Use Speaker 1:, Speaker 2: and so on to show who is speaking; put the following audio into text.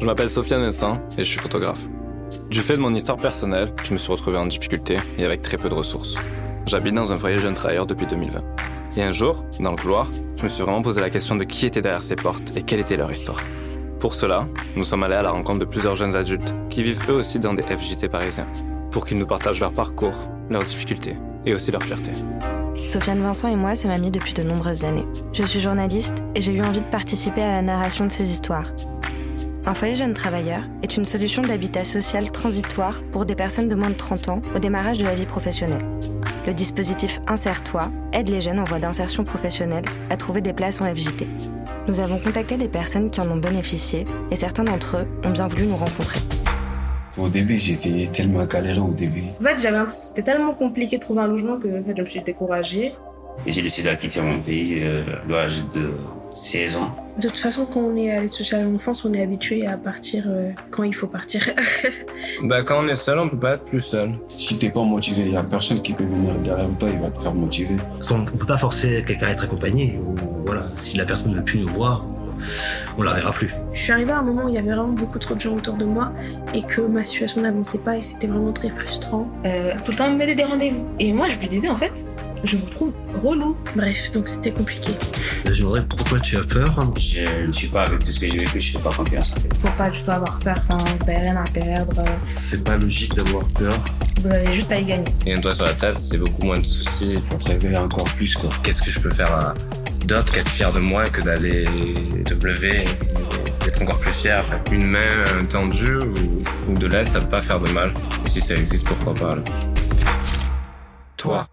Speaker 1: Je m'appelle Sofiane Messin et je suis photographe. Du fait de mon histoire personnelle, je me suis retrouvé en difficulté et avec très peu de ressources. J'habite dans un foyer jeune travailleur depuis 2020. Et un jour, dans le couloir, je me suis vraiment posé la question de qui était derrière ces portes et quelle était leur histoire. Pour cela, nous sommes allés à la rencontre de plusieurs jeunes adultes qui vivent eux aussi dans des FJT parisiens, pour qu'ils nous partagent leur parcours, leurs difficultés et aussi leur fierté.
Speaker 2: Sofiane Vincent et moi sommes amis depuis de nombreuses années. Je suis journaliste et j'ai eu envie de participer à la narration de ces histoires. Un foyer jeune travailleur est une solution d'habitat social transitoire pour des personnes de moins de 30 ans au démarrage de la vie professionnelle. Le dispositif Insère-toi aide les jeunes en voie d'insertion professionnelle à trouver des places en FJT. Nous avons contacté des personnes qui en ont bénéficié et certains d'entre eux ont bien voulu nous rencontrer.
Speaker 3: Au début, j'étais tellement galéré au début.
Speaker 4: En fait, j'avais l'impression que c'était tellement compliqué de trouver un logement que en fait, je me suis découragée.
Speaker 5: Et j'ai décidé de quitter mon pays euh, à l'âge de 16 ans.
Speaker 6: De toute façon, quand on est à l'aide sociale à l'enfance, on est habitué à partir euh, quand il faut partir.
Speaker 7: bah, quand on est seul, on peut pas être plus seul.
Speaker 3: Si t'es pas motivé, il y a personne qui peut venir derrière toi, il va te faire motiver.
Speaker 8: On peut pas forcer quelqu'un à être accompagné. Ou, voilà, si la personne ne veut plus nous voir, on la verra plus.
Speaker 6: Je suis arrivée à un moment où il y avait vraiment beaucoup trop de gens autour de moi et que ma situation n'avançait pas et c'était vraiment très frustrant.
Speaker 4: Euh, faut le temps de me donner des rendez-vous. Et moi, je lui disais en fait, je vous trouve relou.
Speaker 6: Bref, donc c'était compliqué.
Speaker 8: Je me demandais pourquoi tu as peur.
Speaker 5: Je ne suis pas avec tout ce que j'ai vécu, je ne fais pas confiance. hein. en fait.
Speaker 4: Faut pas du tout avoir peur, enfin, vous n'avez rien à perdre. Euh,
Speaker 3: C'est pas logique d'avoir peur.
Speaker 4: Vous avez juste à y gagner.
Speaker 7: Et un toit sur la tête, c'est beaucoup moins de soucis.
Speaker 3: Faut te réveiller encore plus, quoi.
Speaker 7: Qu'est-ce que je peux faire à- d'autre qu'être fier de moi et que d'aller te lever et d'être encore plus fier Enfin, Une main euh, tendue ou, ou de l'aide, ça peut pas faire de mal. Et si ça existe, pourquoi pas alors.
Speaker 1: Toi,